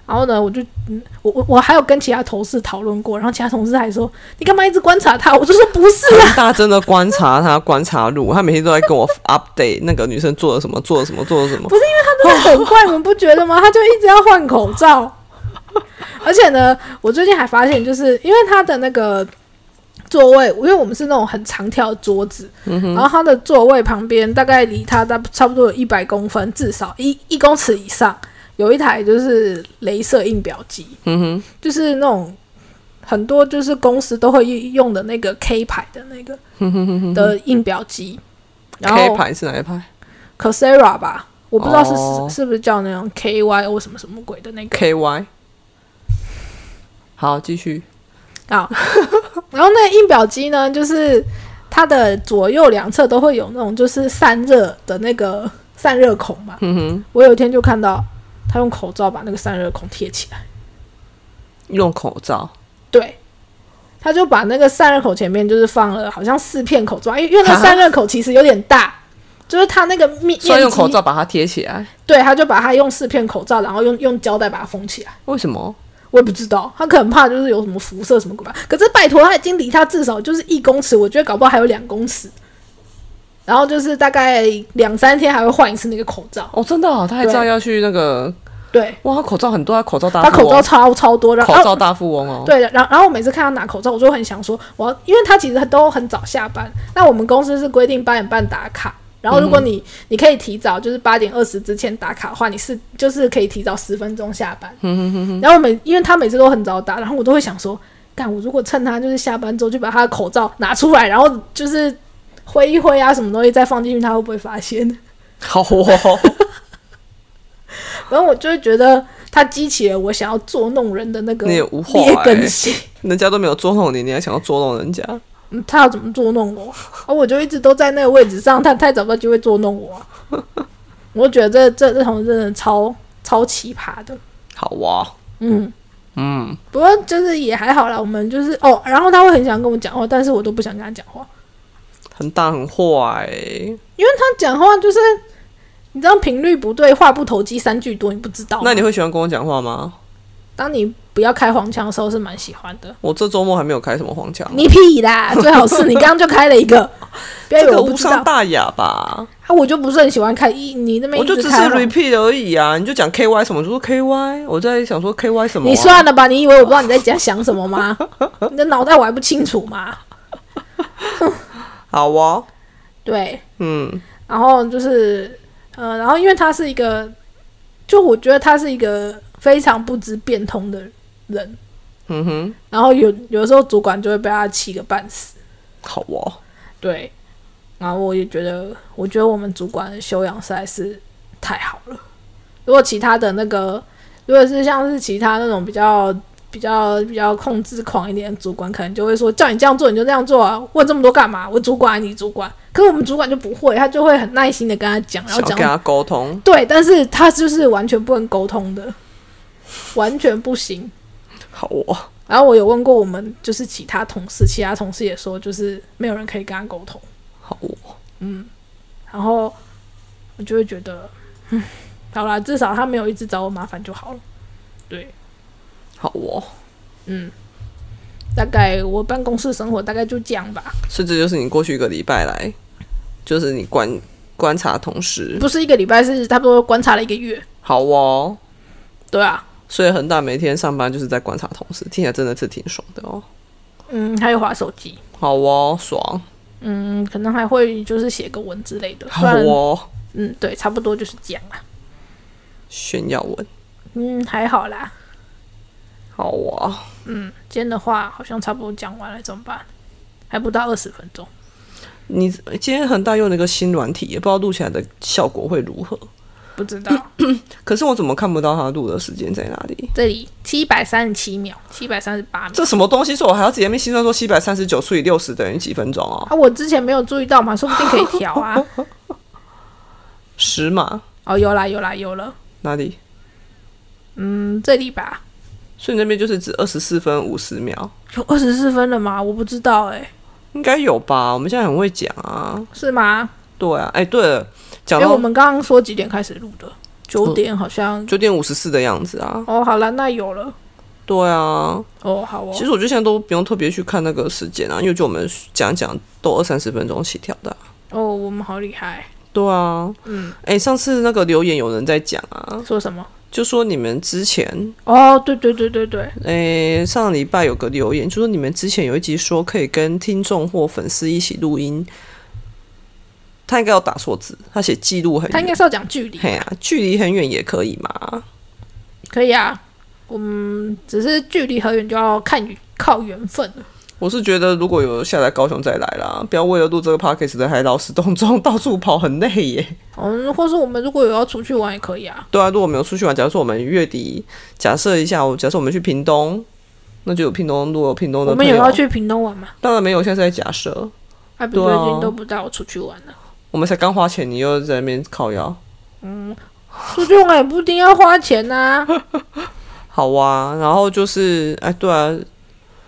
[SPEAKER 1] 然后呢，我就嗯我我我还有跟其他同事讨论过，然后其他同事还说你干嘛一直观察他？我就说不是 啊，
[SPEAKER 2] 大家真的观察他，观察路，他每天都在跟我 update 那个女生做了什么，做了什么，做了什 么。
[SPEAKER 1] 真的很怪，你们不觉得吗？他就一直要换口罩， 而且呢，我最近还发现，就是因为他的那个座位，因为我们是那种很长条的桌子，
[SPEAKER 2] 嗯
[SPEAKER 1] 然后他的座位旁边大概离他大差不多有一百公分，至少一一公尺以上，有一台就是镭射印表机，
[SPEAKER 2] 嗯哼，
[SPEAKER 1] 就是那种很多就是公司都会用的那个 K 牌的那 个的印表机，然后
[SPEAKER 2] K 牌是哪一牌
[SPEAKER 1] Coursera 吧，我不知道是、
[SPEAKER 2] 哦
[SPEAKER 1] 是不是叫那种 KY O 什么什么鬼的那个
[SPEAKER 2] ？K Y。好，继续。
[SPEAKER 1] 啊。然后那印表机呢，就是它的左右两侧都会有那种就是散热的那个散热孔嘛。
[SPEAKER 2] 嗯哼，
[SPEAKER 1] 我有一天就看到他用口罩把那个散热孔贴起来，
[SPEAKER 2] 用口罩。
[SPEAKER 1] 对。他就把那个散热口前面就是放了好像四片口罩，因为因为
[SPEAKER 2] 啊
[SPEAKER 1] 那散热口其实有点大，就是它那个面
[SPEAKER 2] 所以
[SPEAKER 1] 面
[SPEAKER 2] 用
[SPEAKER 1] 积
[SPEAKER 2] 口罩把它贴起来，
[SPEAKER 1] 对，他就把它用四片口罩，然后用用胶带把它封起来。
[SPEAKER 2] 为什么？
[SPEAKER 1] 我也不知道，他可能怕就是有什么辐射什么鬼吧。可是拜托，他已经离他至少就是一公尺，我觉得搞不好还有两公尺。然后就是大概两三天还会换一次那个口罩，
[SPEAKER 2] 哦，真的、哦，他还知道要去那个，
[SPEAKER 1] 对，
[SPEAKER 2] 哇，他口罩很多，他口罩大
[SPEAKER 1] 他
[SPEAKER 2] 富
[SPEAKER 1] 口罩
[SPEAKER 2] 翁，
[SPEAKER 1] 超超多，然后、
[SPEAKER 2] 口罩大富翁哦。
[SPEAKER 1] 对，然后然后我每次看他拿口罩，我就很想说，我要，因为他其实都很早下班。那我们公司是规定八点半打卡，然后如
[SPEAKER 2] 嗯
[SPEAKER 1] 果你、你可以提早，就是八点二十之前打卡的话，你是就是可以提早十分钟下班。然后我每因为他每次都很早打，然后我都会想说，干我如果趁他就是下班之后就把他的口罩拿出来，然后就是挥一挥啊什么东西再放进去，他会不会发现？
[SPEAKER 2] 好哦，
[SPEAKER 1] 然后我就会觉得他激起了我想要捉弄人的那个
[SPEAKER 2] 你也无话
[SPEAKER 1] 劣根
[SPEAKER 2] 欸
[SPEAKER 1] 性。
[SPEAKER 2] 人家都没有捉弄你，你还想要捉弄人家？
[SPEAKER 1] 嗯他要怎么捉弄我？而我就一直都在那个位置上，他太早不到机会捉弄我啊、我就觉得这这这同事真的超超奇葩的，
[SPEAKER 2] 好哇、
[SPEAKER 1] 嗯。
[SPEAKER 2] 嗯，
[SPEAKER 1] 不过就是也还好啦，我们就是哦，然后他会很想跟我讲话，但是我都不想跟他讲话。
[SPEAKER 2] 很大很坏、
[SPEAKER 1] 他讲话就是你知道频率不对，话不投机，三句多，你不知道吗。
[SPEAKER 2] 那你会喜欢跟我讲话吗？
[SPEAKER 1] 当你不要开黄腔的时候，是蛮喜欢的。
[SPEAKER 2] 我这周末还没有开什么黄腔，啊
[SPEAKER 1] 你屁啦，最好是你刚刚就开了一个，不要以
[SPEAKER 2] 这
[SPEAKER 1] 为
[SPEAKER 2] 个
[SPEAKER 1] 我不
[SPEAKER 2] 无
[SPEAKER 1] 知道
[SPEAKER 2] 伤，大雅吧？
[SPEAKER 1] 啊我就不是很喜欢开一，你那边
[SPEAKER 2] 我
[SPEAKER 1] 一
[SPEAKER 2] 就
[SPEAKER 1] 直
[SPEAKER 2] 只是
[SPEAKER 1] 开黄
[SPEAKER 2] repeat 而已啊，你就讲 K Y 什么，就说 K Y，我在想说 K Y 什么、啊，
[SPEAKER 1] 你算了吧，你以为我不知道你在讲想什么 吗？你的脑袋我还不清楚吗？
[SPEAKER 2] 好哦，
[SPEAKER 1] 对，
[SPEAKER 2] 嗯，
[SPEAKER 1] 然后就是，呃，然后因为他是一个，就我觉得他是一个非常不知变通的人，
[SPEAKER 2] 嗯哼，
[SPEAKER 1] 然后有有时候主管就会被他气个半死，
[SPEAKER 2] 好哦，
[SPEAKER 1] 对，然后我也觉得，我觉得我们主管的修养实在是太好了。如果其他的那个，如果是像是其他那种比较比较比较控制狂一点的主管，可能就会说叫你这样做你就这样做啊，问这么多干嘛？我主管啊你主管，可是我们主管就不会，他就会很耐心的跟他讲，然后
[SPEAKER 2] 想要
[SPEAKER 1] 讲
[SPEAKER 2] 跟他沟通，
[SPEAKER 1] 对，但是他就是完全不能沟通的，完全不行。
[SPEAKER 2] 好哦，
[SPEAKER 1] 然后我有问过我们就是其他同事，其他同事也说就是没有人可以跟他沟通。
[SPEAKER 2] 好哦，
[SPEAKER 1] 然后我就会觉得，嗯，好啦，至少他没有一直找我麻烦就好了。对，
[SPEAKER 2] 好哦，
[SPEAKER 1] 嗯，大概我办公室生活大概就这样吧，
[SPEAKER 2] 所以这就是你过去一个礼拜来，就是你观观察同事，
[SPEAKER 1] 不是一个礼拜，是差不多观察了一个月。
[SPEAKER 2] 好哦。
[SPEAKER 1] 对啊，
[SPEAKER 2] 所以恒大每天上班就是在观察同事，听起来真的是挺爽的哦。
[SPEAKER 1] 嗯，还有划手机，
[SPEAKER 2] 好哦，爽，
[SPEAKER 1] 嗯，可能还会就是写个文之类的。虽
[SPEAKER 2] 好
[SPEAKER 1] 然，
[SPEAKER 2] 哦，
[SPEAKER 1] 嗯，对，差不多就是这样啦。
[SPEAKER 2] 炫耀文，
[SPEAKER 1] 嗯，还好啦。
[SPEAKER 2] 好啊。
[SPEAKER 1] 嗯，今天的话好像差不多讲完了，怎么办？还不到二十分钟。
[SPEAKER 2] 你今天恒大用了一个新软体，也不知道录起来的效果会如何。
[SPEAKER 1] 不知道，
[SPEAKER 2] 可是我怎么看不到他录的时间在哪里？
[SPEAKER 1] 这里七百三十七秒，七百三十八秒。
[SPEAKER 2] 这什么东西？所以我还要直接面心算说七百三十九除以六十等于几分钟哦？
[SPEAKER 1] 啊，我之前没有注意到嘛，说不定可以调啊。
[SPEAKER 2] 十嘛？
[SPEAKER 1] 哦，有啦有啦有了，
[SPEAKER 2] 哪里？
[SPEAKER 1] 嗯，这里吧，
[SPEAKER 2] 所以那边就是指二十四分五十秒，
[SPEAKER 1] 有二十四分了吗？我不知道哎、
[SPEAKER 2] 应该有吧？我们现在很会讲啊。
[SPEAKER 1] 是吗？
[SPEAKER 2] 对啊，哎，对了，讲
[SPEAKER 1] 因为我
[SPEAKER 2] 到
[SPEAKER 1] 们刚刚说几点开始录的？九点好像。
[SPEAKER 2] 九点五十四的样子啊，
[SPEAKER 1] 哦，好了，那有了。
[SPEAKER 2] 对啊，
[SPEAKER 1] 哦，好哦
[SPEAKER 2] 其。实我觉得现在都不用特别去看那个时间啊，因为就我们讲一讲都二三十分钟起跳的啊、
[SPEAKER 1] 哦，我们好厉害。
[SPEAKER 2] 对啊，
[SPEAKER 1] 嗯，
[SPEAKER 2] 哎、上次那个留言有人在讲啊，
[SPEAKER 1] 说什么？
[SPEAKER 2] 就说你们之前，
[SPEAKER 1] 哦，对对对对对，
[SPEAKER 2] 哎、上礼拜有个留言，就说你们之前有一集说可以跟听众或粉丝一起录音，他应该有打错字，他写记录很
[SPEAKER 1] 他应
[SPEAKER 2] 远，
[SPEAKER 1] 该是要讲距离，
[SPEAKER 2] 嘿啊，距离很远也可以嘛，
[SPEAKER 1] 可以啊。嗯，只是距离很远就要看缘靠缘分了。
[SPEAKER 2] 我是觉得，如果有下来高雄再来啦，不要为了录这个 podcast 的还劳师动众，到处跑，很累耶。
[SPEAKER 1] 嗯，或是我们如果有要出去玩也可以啊。
[SPEAKER 2] 对啊，如果没有出去玩，假如说我们月底，假设一下，我假设我们去屏东，那就有屏东，如果有屏东的
[SPEAKER 1] 我们
[SPEAKER 2] 朋
[SPEAKER 1] 有
[SPEAKER 2] 友
[SPEAKER 1] 要，去屏东玩吗？
[SPEAKER 2] 当然没有，现在是在假设，
[SPEAKER 1] 哎，不，
[SPEAKER 2] 对啊
[SPEAKER 1] 最近都不带我出去玩了。
[SPEAKER 2] 我们才刚花钱，你又在那边靠腰，
[SPEAKER 1] 出去玩也不一定要花钱啊呐、
[SPEAKER 2] 好啊。然后就是，哎，对啊，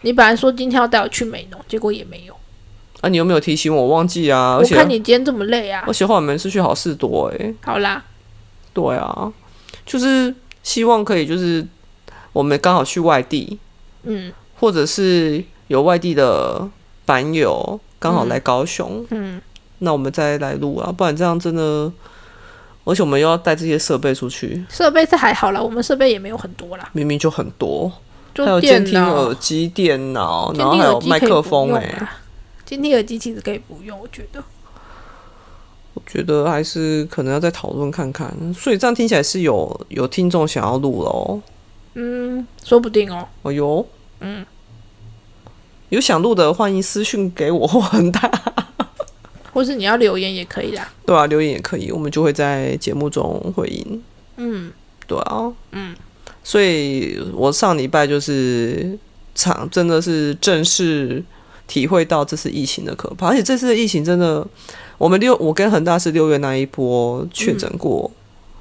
[SPEAKER 1] 你本来说今天要带我去美农，结果也没有。
[SPEAKER 2] 啊，你有没有提醒我？我忘记啊，而
[SPEAKER 1] 我
[SPEAKER 2] 且
[SPEAKER 1] 看你今天这么累啊
[SPEAKER 2] 而。且后来我们是去好事多、欸，
[SPEAKER 1] 好啦，
[SPEAKER 2] 对啊，就是希望可以，就是我们刚好去外地，
[SPEAKER 1] 嗯
[SPEAKER 2] 或者是有外地的版友刚好来高雄，
[SPEAKER 1] 嗯，
[SPEAKER 2] 那我们再来录啊，不然这样真的，而且我们又要带这些设备出去，
[SPEAKER 1] 设备是还好啦，我们设备也没有很多啦，
[SPEAKER 2] 明明就很多，
[SPEAKER 1] 就
[SPEAKER 2] 还有监
[SPEAKER 1] 电
[SPEAKER 2] 听
[SPEAKER 1] 脑
[SPEAKER 2] 耳、机、电脑，
[SPEAKER 1] 监
[SPEAKER 2] 然后
[SPEAKER 1] 听
[SPEAKER 2] 还有
[SPEAKER 1] 耳机
[SPEAKER 2] 麦
[SPEAKER 1] 可以
[SPEAKER 2] 克
[SPEAKER 1] 不
[SPEAKER 2] 风、
[SPEAKER 1] 用
[SPEAKER 2] 欸，哎，
[SPEAKER 1] 啦。监听耳机其实可以不用，我觉得。
[SPEAKER 2] 我觉得还是可能要再讨论看看，所以这样听起来是有有听众想要录哦喽，
[SPEAKER 1] 嗯，说不定哦。
[SPEAKER 2] 哦哟，嗯。有想录的，欢迎私讯给我或恒大，
[SPEAKER 1] 或是你要留言也可以啦。
[SPEAKER 2] 对啊，留言也可以，我们就会在节目中回应。
[SPEAKER 1] 嗯，
[SPEAKER 2] 对啊，嗯，所以我上礼拜就是场真的是正式体会到这次疫情的可怕，而且这次的疫情真的，我们六我跟恒大是六月那一波确诊过，
[SPEAKER 1] 嗯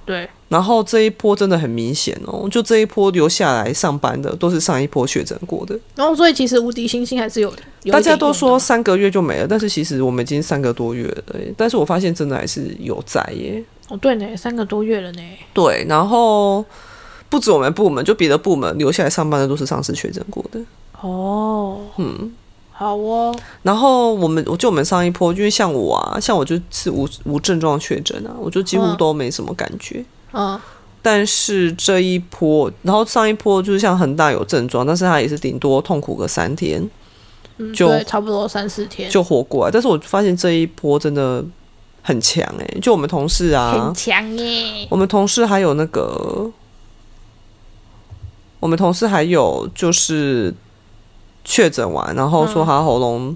[SPEAKER 1] 对，
[SPEAKER 2] 然后这一波真的很明显哦，就这一波留下来上班的都是上一波确诊过的，
[SPEAKER 1] 然哦后所以其实无敌星星还是有，有
[SPEAKER 2] 大
[SPEAKER 1] 一点
[SPEAKER 2] 家
[SPEAKER 1] 用
[SPEAKER 2] 都
[SPEAKER 1] 的
[SPEAKER 2] 说
[SPEAKER 1] 嘛
[SPEAKER 2] 三个月就没了，但是其实我们已经三个多月了，哎但是我发现真的还是有在耶，
[SPEAKER 1] 哦，对呢，三个多月了呢。
[SPEAKER 2] 对，然后。不止我们部门，就别的部门留下来上班的都是上次确诊过的。
[SPEAKER 1] 哦，嗯，好哦，
[SPEAKER 2] 然后我们，我就我们上一波，因为像我啊，像我就是无无症状确诊啊，我就几乎
[SPEAKER 1] 嗯
[SPEAKER 2] 都没什么感觉。
[SPEAKER 1] 嗯，
[SPEAKER 2] 但是这一波，然后上一波就是像恒大有症状，但是他也是顶多痛苦个三天
[SPEAKER 1] 嗯
[SPEAKER 2] 就
[SPEAKER 1] 对，差不多三四天，
[SPEAKER 2] 就活过来。但是我发现这一波真的很强诶、就我们同事啊
[SPEAKER 1] 很，强耶。
[SPEAKER 2] 我们同事还有那个，我们同事还有就是确诊完，然后说他喉咙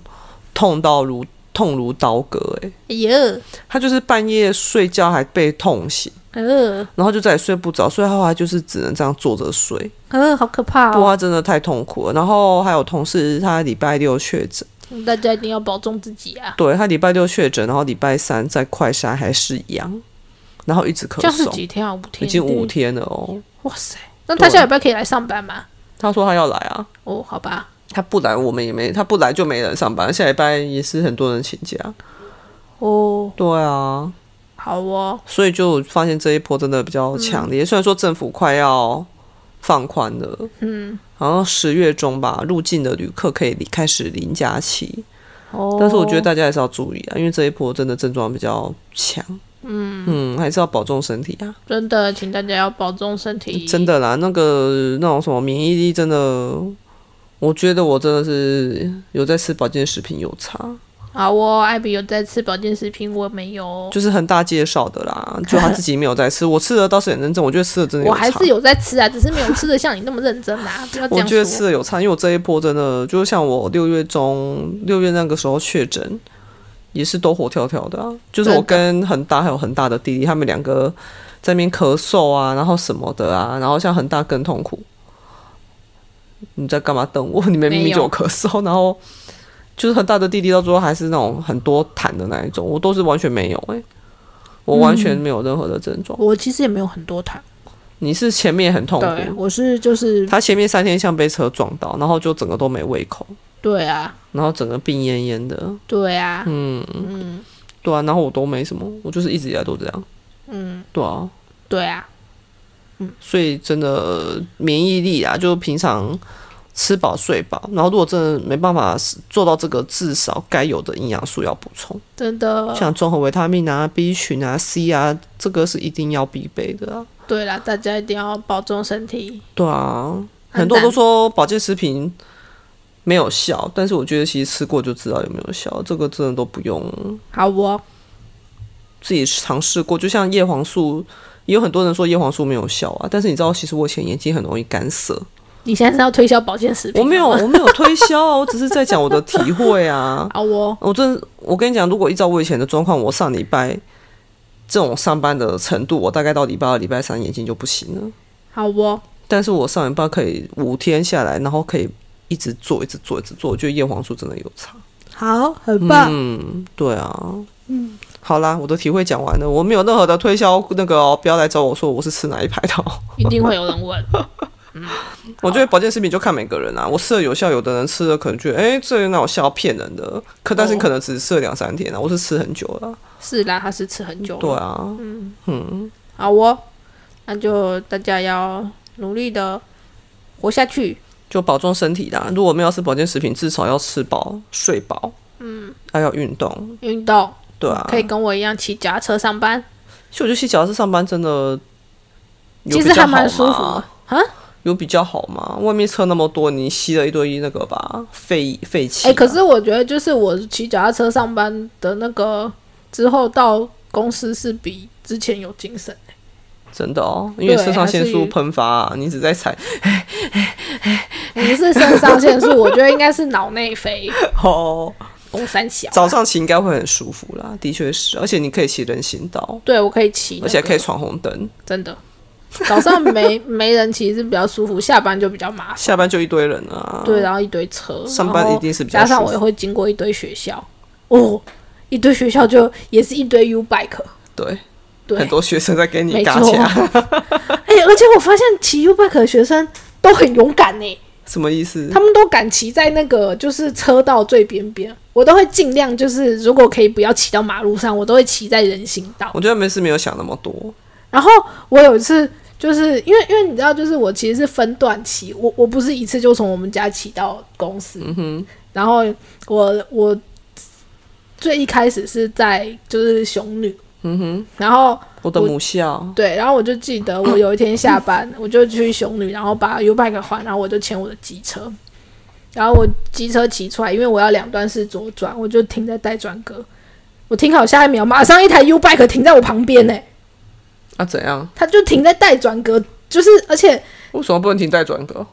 [SPEAKER 2] 痛到如痛如刀割诶、
[SPEAKER 1] 哎呦，
[SPEAKER 2] 他就是半夜睡觉还被痛醒，
[SPEAKER 1] 呃，
[SPEAKER 2] 然后就再也睡不着，所以后来就是只能这样坐着睡。
[SPEAKER 1] 呃，好可怕
[SPEAKER 2] 不过
[SPEAKER 1] 哦！
[SPEAKER 2] 他真的太痛苦了。然后还有同事，他礼拜六确诊，
[SPEAKER 1] 大家一定要保重自己啊，
[SPEAKER 2] 对他礼拜六确诊，然后礼拜三在快筛还是阳，然后一直咳
[SPEAKER 1] 这样是
[SPEAKER 2] 嗽，
[SPEAKER 1] 几天啊？五天，
[SPEAKER 2] 已经五。天了哦。
[SPEAKER 1] 哇塞，那他
[SPEAKER 2] 对
[SPEAKER 1] 下礼拜可以来上班吗？
[SPEAKER 2] 他说他要来啊，
[SPEAKER 1] 哦，好吧，
[SPEAKER 2] 他不来我们也没，他不来就没人上班。下礼拜也是很多人请假，
[SPEAKER 1] 哦，
[SPEAKER 2] 对啊，
[SPEAKER 1] 好哦，
[SPEAKER 2] 所以就发现这一波真的比较强烈。虽然说政府快要放宽了，
[SPEAKER 1] 嗯，
[SPEAKER 2] 好像十月中吧，入境的旅客可以离开始零假期，
[SPEAKER 1] 哦，
[SPEAKER 2] 但是我觉得大家还是要注意啊，因为这一波真的症状比较强，嗯嗯，还是要保重身体啊，
[SPEAKER 1] 真的，请大家要保重身体，
[SPEAKER 2] 真的啦，那个那种什么免疫力真的，我觉得我真的是有在吃保健食品有差，
[SPEAKER 1] 好哦，艾比有在吃保健食品，我没有，
[SPEAKER 2] 就是恒大介绍的啦，就他自己没有在吃，我吃了倒是很认真，我觉得吃了真的有
[SPEAKER 1] 我
[SPEAKER 2] 差，
[SPEAKER 1] 还是有在吃啊，只是没有吃的像你那么认真 啊，不要这
[SPEAKER 2] 我
[SPEAKER 1] 样
[SPEAKER 2] 觉得
[SPEAKER 1] 说。
[SPEAKER 2] 吃了有差，因为我这一波真的就像我六月中六月那个时候确诊，也是都活跳跳的、啊，就是我跟恒大还有恒大的弟弟他们两个在那边咳嗽啊，然后什么的啊，然后像恒大更痛苦。你在干嘛瞪我？ 你们明明就有咳嗽，然后就是恒大的弟弟到最后还是那种很多痰的那一种，我都是完全没有哎、我
[SPEAKER 1] 嗯
[SPEAKER 2] 完全没有任何的症状。
[SPEAKER 1] 我其实也没有很多糖，
[SPEAKER 2] 你是前面很痛
[SPEAKER 1] 对，
[SPEAKER 2] 苦，
[SPEAKER 1] 我是就是
[SPEAKER 2] 哦他前面三天像被车撞到，然后就整个都没胃口。
[SPEAKER 1] 对啊，
[SPEAKER 2] 然后整个病恹恹的，
[SPEAKER 1] 对啊，
[SPEAKER 2] 嗯，
[SPEAKER 1] 嗯，
[SPEAKER 2] 对啊，然后我都没什么，我就是一直以来都这样。嗯，对啊，
[SPEAKER 1] 对啊，
[SPEAKER 2] 所以真的免疫力啊，就平常吃饱睡饱，然后如果真的没办法做到这个，至少该有的营养素要补充，
[SPEAKER 1] 真的，
[SPEAKER 2] 像综合维他命啊、B 群啊、C 啊，这个是一定要必备的啊。
[SPEAKER 1] 对啦，大家一定要保重身体。
[SPEAKER 2] 对啊，
[SPEAKER 1] 很
[SPEAKER 2] 很多人
[SPEAKER 1] 难
[SPEAKER 2] 都说保健食品没有效，但是我觉得其实吃过就知道有没有效，这个真的都不用
[SPEAKER 1] 好哦，
[SPEAKER 2] 自己尝试过。就像叶黄素，也有很多人说叶黄素没有效啊，但是你知道，其实我以前眼睛很容易干涩，
[SPEAKER 1] 你现在是要推销保健食品？
[SPEAKER 2] 我没有，。我没有推销啊，我只是在讲我的体会啊。
[SPEAKER 1] 好哦，
[SPEAKER 2] 我真，我跟你讲，如果依照我以前的状况，我上礼拜这种上班的程度，我大概到礼拜二、礼拜三眼睛就不行了。
[SPEAKER 1] 好哦，
[SPEAKER 2] 但是我上礼拜可以五天下来，然后可以一直做、一直做、一直做，我觉得叶黄素真的有差。
[SPEAKER 1] 好，很棒。
[SPEAKER 2] 嗯，对啊，嗯，好啦，我的体会讲完了，我没有任何的推销，那个、哦、不要来找我说我是吃哪一排的、 哦。
[SPEAKER 1] 一定会有人问。
[SPEAKER 2] 我觉得保健食品就看每个人啊，我吃了有效，有的人吃了可能觉得，哎、这哪有效，骗人的。可但是
[SPEAKER 1] 哦
[SPEAKER 2] 可能只吃了两三天啊，我是吃很久了啊。
[SPEAKER 1] 是啦，他是吃很久了。
[SPEAKER 2] 对啊，
[SPEAKER 1] 好哦，那就大家要努力的活下去。
[SPEAKER 2] 就保重身体啦。如果没有吃保健食品，至少要吃饱、睡饱，嗯，还要运动，
[SPEAKER 1] 运动
[SPEAKER 2] 对啊。
[SPEAKER 1] 可以跟我一样骑脚踏车上班，
[SPEAKER 2] 其实我觉得骑脚踏车上班真的有
[SPEAKER 1] 其实
[SPEAKER 2] 比
[SPEAKER 1] 还
[SPEAKER 2] 较好
[SPEAKER 1] 蛮舒服
[SPEAKER 2] 吗
[SPEAKER 1] 的。啊。
[SPEAKER 2] 有比较好吗？外面车那么多，你吸了一堆那个吧废废气
[SPEAKER 1] 哎、
[SPEAKER 2] 啊、
[SPEAKER 1] 可是我觉得就是我骑脚踏车上班的那个之后到公司是比之前有精神。
[SPEAKER 2] 真的哦，因为
[SPEAKER 1] 对
[SPEAKER 2] 肾上腺
[SPEAKER 1] 还
[SPEAKER 2] 素
[SPEAKER 1] 是
[SPEAKER 2] 喷发、啊，你只在踩
[SPEAKER 1] 不是肾上腺素，我觉得应该是脑内啡，
[SPEAKER 2] 哦。
[SPEAKER 1] 公三小。
[SPEAKER 2] 早上骑应该会很舒服啦，的确是，而且你可以骑人行道，
[SPEAKER 1] 对，我可以骑、那个
[SPEAKER 2] 而且可以闯红灯。
[SPEAKER 1] 真的。早上没没人骑是比较舒服，下班就比较麻烦。
[SPEAKER 2] 下班就一堆人啊，
[SPEAKER 1] 对，然后一堆车，
[SPEAKER 2] 上班
[SPEAKER 1] 然后
[SPEAKER 2] 一定是比较
[SPEAKER 1] 加上
[SPEAKER 2] 舒
[SPEAKER 1] 我也
[SPEAKER 2] 服
[SPEAKER 1] 会经过一堆学校，哦，一堆学校就也是一堆 U bike，
[SPEAKER 2] 对，
[SPEAKER 1] 对，
[SPEAKER 2] 很多学生在给你
[SPEAKER 1] 没
[SPEAKER 2] 嘎
[SPEAKER 1] 错
[SPEAKER 2] 掐，
[SPEAKER 1] 哎、而且我发现骑 U bike 的学生都很勇敢呢、
[SPEAKER 2] 什么意思？
[SPEAKER 1] 他们都敢骑在那个就是车道最边边，我都会尽量就是如果可以不要骑到马路上，我都会骑在人行道。
[SPEAKER 2] 我觉得没事，没有想那么多。
[SPEAKER 1] 然后我有一次就是因为因为你知道，就是我其实是分段骑，我我不是一次就从我们家骑到公司，
[SPEAKER 2] 嗯哼，
[SPEAKER 1] 然后我我最一开始是在就是熊女，
[SPEAKER 2] 嗯哼，
[SPEAKER 1] 然后
[SPEAKER 2] 我的
[SPEAKER 1] 我
[SPEAKER 2] 母校，
[SPEAKER 1] 对，然后我就记得我有一天下班，我就去熊女，然后把 U bike 还，然后我就牵我的机车，然后我机车骑出来，因为我要两段式左转，我就停在待转格。我停好下一秒，马上一台 U bike 停在我旁边呢、
[SPEAKER 2] 啊怎样？
[SPEAKER 1] 它就停在待转格，就是而且
[SPEAKER 2] 为什么不能停待转格？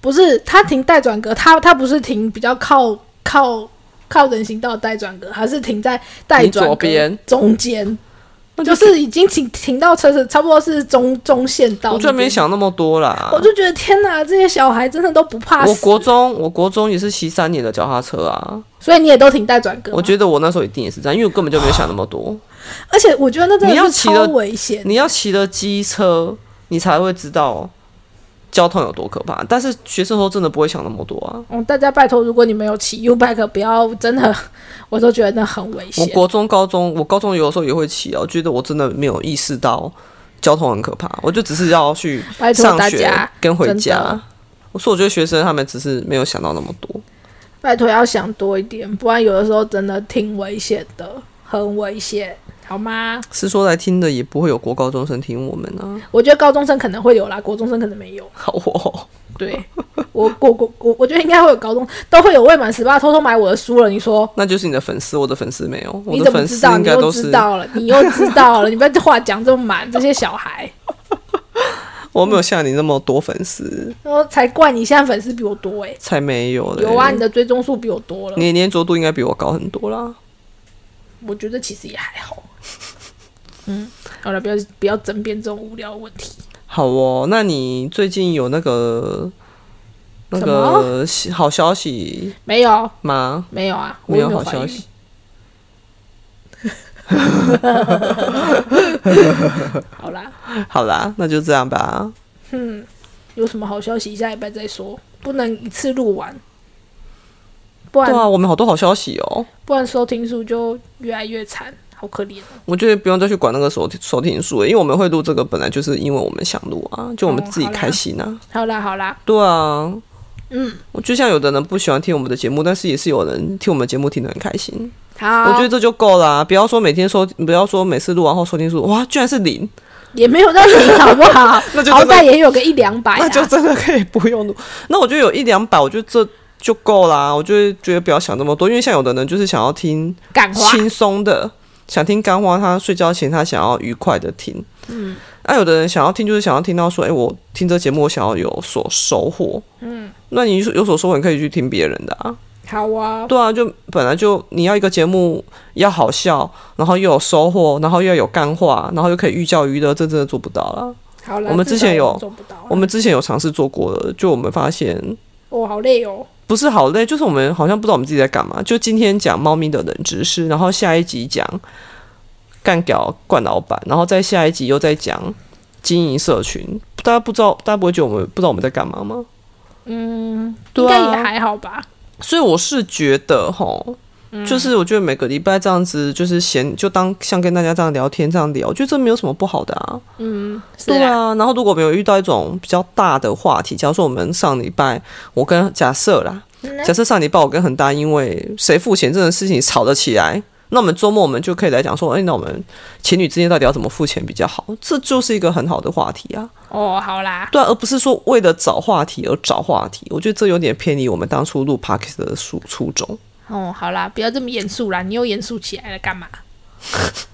[SPEAKER 1] 不是它停待转格，它它不是停比较靠靠靠人行道待转格，它是停在待
[SPEAKER 2] 你
[SPEAKER 1] 转
[SPEAKER 2] 左
[SPEAKER 1] 格
[SPEAKER 2] 边
[SPEAKER 1] 中间，
[SPEAKER 2] 那
[SPEAKER 1] 就
[SPEAKER 2] 就是
[SPEAKER 1] 已经停停到车子差不多是中中线道那边，
[SPEAKER 2] 我就没想那么多啦。
[SPEAKER 1] 我就觉得天哪，这些小孩真的都不怕
[SPEAKER 2] 我
[SPEAKER 1] 死，
[SPEAKER 2] 国中，我国中也是骑三年的脚踏车啊。
[SPEAKER 1] 所以你也都挺带转格吗。
[SPEAKER 2] 我觉得我那时候一定也是这样，因为我根本就没有想那么多。
[SPEAKER 1] 而且我觉得那真
[SPEAKER 2] 你要
[SPEAKER 1] 的是
[SPEAKER 2] 骑
[SPEAKER 1] 超
[SPEAKER 2] 的
[SPEAKER 1] 危险。
[SPEAKER 2] 你要骑了机车，你才会知道交通有多可怕。但是学生时候真的不会想那么多啊。
[SPEAKER 1] 嗯，大家拜托，如果你没有骑 U bike，不要真的，我都觉得那很危
[SPEAKER 2] 我
[SPEAKER 1] 险。
[SPEAKER 2] 国中、高中，我高中有的时候也会骑啊，我觉得我真的没有意识到交通很可怕，我就只是要去
[SPEAKER 1] 拜托
[SPEAKER 2] 上
[SPEAKER 1] 大
[SPEAKER 2] 学
[SPEAKER 1] 家，
[SPEAKER 2] 跟回
[SPEAKER 1] 真的
[SPEAKER 2] 家。我说，我觉得学生他们只是没有想到那么多。
[SPEAKER 1] 拜托要想多一点，不然有的时候真的挺危险的，很危险，好吗？
[SPEAKER 2] 是说来听的也不会有国高中生听我们啊，
[SPEAKER 1] 我觉得高中生可能会有啦，国中生可能没有。
[SPEAKER 2] 好哦，
[SPEAKER 1] 对我，我我我我觉得应该会有高中都会有未满十八偷偷买我的书了。你说
[SPEAKER 2] 那就是你的粉丝，我的粉丝没有，我
[SPEAKER 1] 你
[SPEAKER 2] 的
[SPEAKER 1] 怎么
[SPEAKER 2] 粉
[SPEAKER 1] 知
[SPEAKER 2] 丝
[SPEAKER 1] 道？
[SPEAKER 2] 应
[SPEAKER 1] 你
[SPEAKER 2] 该
[SPEAKER 1] 又
[SPEAKER 2] 都
[SPEAKER 1] 知
[SPEAKER 2] 是
[SPEAKER 1] 道了，你又知道了，你不 要这话讲这么满，这些小孩，
[SPEAKER 2] 我没有像你那么多粉丝，
[SPEAKER 1] 然后哦才怪你现在粉丝比我多哎、
[SPEAKER 2] 才没有嘞。
[SPEAKER 1] 有啊，你的追踪数比我多了，
[SPEAKER 2] 你的粘着度应该比我高很多啦。
[SPEAKER 1] 我觉得其实也还好。嗯，好了，不要不要争辩这种无聊的问题。
[SPEAKER 2] 好哦，那你最近有那个那
[SPEAKER 1] 什
[SPEAKER 2] 个喜好消息
[SPEAKER 1] 没有，
[SPEAKER 2] 吗？
[SPEAKER 1] 没有啊，我
[SPEAKER 2] 没
[SPEAKER 1] 又
[SPEAKER 2] 有
[SPEAKER 1] 没有
[SPEAKER 2] 好
[SPEAKER 1] 怀
[SPEAKER 2] 消
[SPEAKER 1] 孕
[SPEAKER 2] 息。
[SPEAKER 1] 好啦，
[SPEAKER 2] 好啦，那就这样吧。
[SPEAKER 1] 嗯，有什么好消息下礼拜再说，不能一次录完，不
[SPEAKER 2] 对
[SPEAKER 1] 然
[SPEAKER 2] 啊啊，我们好多好消息哦。
[SPEAKER 1] 不然收听数就越来越惨，好可怜哦。
[SPEAKER 2] 我觉得不用再去管那个收收听数了，因为我们会录这个，本来就是因为我们想录啊，就我们
[SPEAKER 1] 哦
[SPEAKER 2] 自己
[SPEAKER 1] 好啦
[SPEAKER 2] 开心啊。
[SPEAKER 1] 好啦好啦，
[SPEAKER 2] 对啊，
[SPEAKER 1] 嗯，
[SPEAKER 2] 我就像有的人不喜欢听我们的节目，但是也是有人听我们节目听得很开心。
[SPEAKER 1] 好，
[SPEAKER 2] 我觉得这就够啦，不要说每天收，不要说每次录完后收听数，哇，居然是零，
[SPEAKER 1] 也没有到零，好不好？
[SPEAKER 2] 那就
[SPEAKER 1] 好
[SPEAKER 2] 真的
[SPEAKER 1] 歹也有个一两百、啊，
[SPEAKER 2] 那就真的可以不用录。那我觉得有一两百，我觉得这就够啦。我就会觉得不要想那么多，因为像有的人就是想要听
[SPEAKER 1] 感化。
[SPEAKER 2] 轻松的，想听干花，他睡觉前他想要愉快的听。嗯，那、有的人想要听，就是想要听到说，哎、我听这节目，我想要有所收获。嗯，那你有所收获，你可以去听别人的啊。
[SPEAKER 1] 好啊，
[SPEAKER 2] 对啊，就本来就你要一个节目要好笑，然后又有收获，然后又有干话，然后又可以寓教于乐，这真的做不到啦。
[SPEAKER 1] 好啦，
[SPEAKER 2] 我们之前
[SPEAKER 1] 至少
[SPEAKER 2] 有
[SPEAKER 1] 我做不到啊，
[SPEAKER 2] 我们之前有尝试做过了，就我们发现
[SPEAKER 1] 哦，好累哦。
[SPEAKER 2] 不是好累，就是我们好像不知道我们自己在干嘛。就今天讲猫咪的冷知识，然后下一集讲干屌冠老板，然后再下一集又在讲经营社群。大家不知道，大家不会觉得我们不知道我们在干嘛吗？
[SPEAKER 1] 嗯，
[SPEAKER 2] 对啊
[SPEAKER 1] 应该也还好吧。
[SPEAKER 2] 所以我是觉得吼，
[SPEAKER 1] 嗯
[SPEAKER 2] 就是我觉得每个礼拜这样子，就是闲就当像跟大家这样聊天这样聊，我觉得这没有什么不好的啊。
[SPEAKER 1] 嗯，是
[SPEAKER 2] 对
[SPEAKER 1] 啊，
[SPEAKER 2] 啊，然后如果没有遇到一种比较大的话题，假如说我们上礼拜我跟假设啦，
[SPEAKER 1] 嗯
[SPEAKER 2] 假设上礼拜我跟恒大因为谁付钱这件事情吵得起来，那我们周末我们就可以来讲说，哎、那我们情侣之间到底要怎么付钱比较好？这就是一个很好的话题啊，
[SPEAKER 1] 哦，好啦，
[SPEAKER 2] 对啊，而不是说为了找话题而找话题，我觉得这有点偏离我们当初录 p o d c a s t 的初初衷。
[SPEAKER 1] 哦，好啦，不要这么严肃啦，你又严肃起来了干嘛？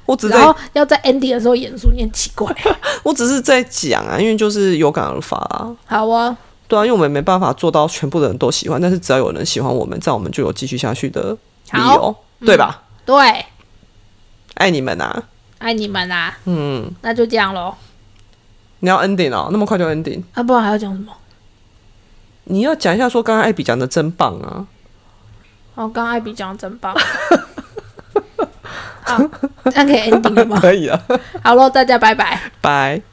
[SPEAKER 2] 我只
[SPEAKER 1] 然
[SPEAKER 2] 在
[SPEAKER 1] 后要在 ending 的时候严肃，你很奇 怪。
[SPEAKER 2] 我只是在讲啊，因为就是有感而发啊。
[SPEAKER 1] 好啊，
[SPEAKER 2] 对啊，因为我们没办法做到全部的人都喜欢，但是只要有人喜欢我们，这样我们就有继续下去的
[SPEAKER 1] 好，
[SPEAKER 2] 理
[SPEAKER 1] 嗯
[SPEAKER 2] 由，对吧？
[SPEAKER 1] 对，
[SPEAKER 2] 爱你们啊！
[SPEAKER 1] 爱你们啦，
[SPEAKER 2] 嗯，
[SPEAKER 1] 那就这样喽。
[SPEAKER 2] 你要 ending 哦，那么快就 ending。
[SPEAKER 1] 啊，不然还要讲什么？
[SPEAKER 2] 你要讲一下说刚刚艾比讲的真棒啊！
[SPEAKER 1] 哦，刚刚艾比讲的 真棒。啊，这样可以 ending 了吗？
[SPEAKER 2] 可以啊，
[SPEAKER 1] 好喽，大家拜拜。
[SPEAKER 2] 拜。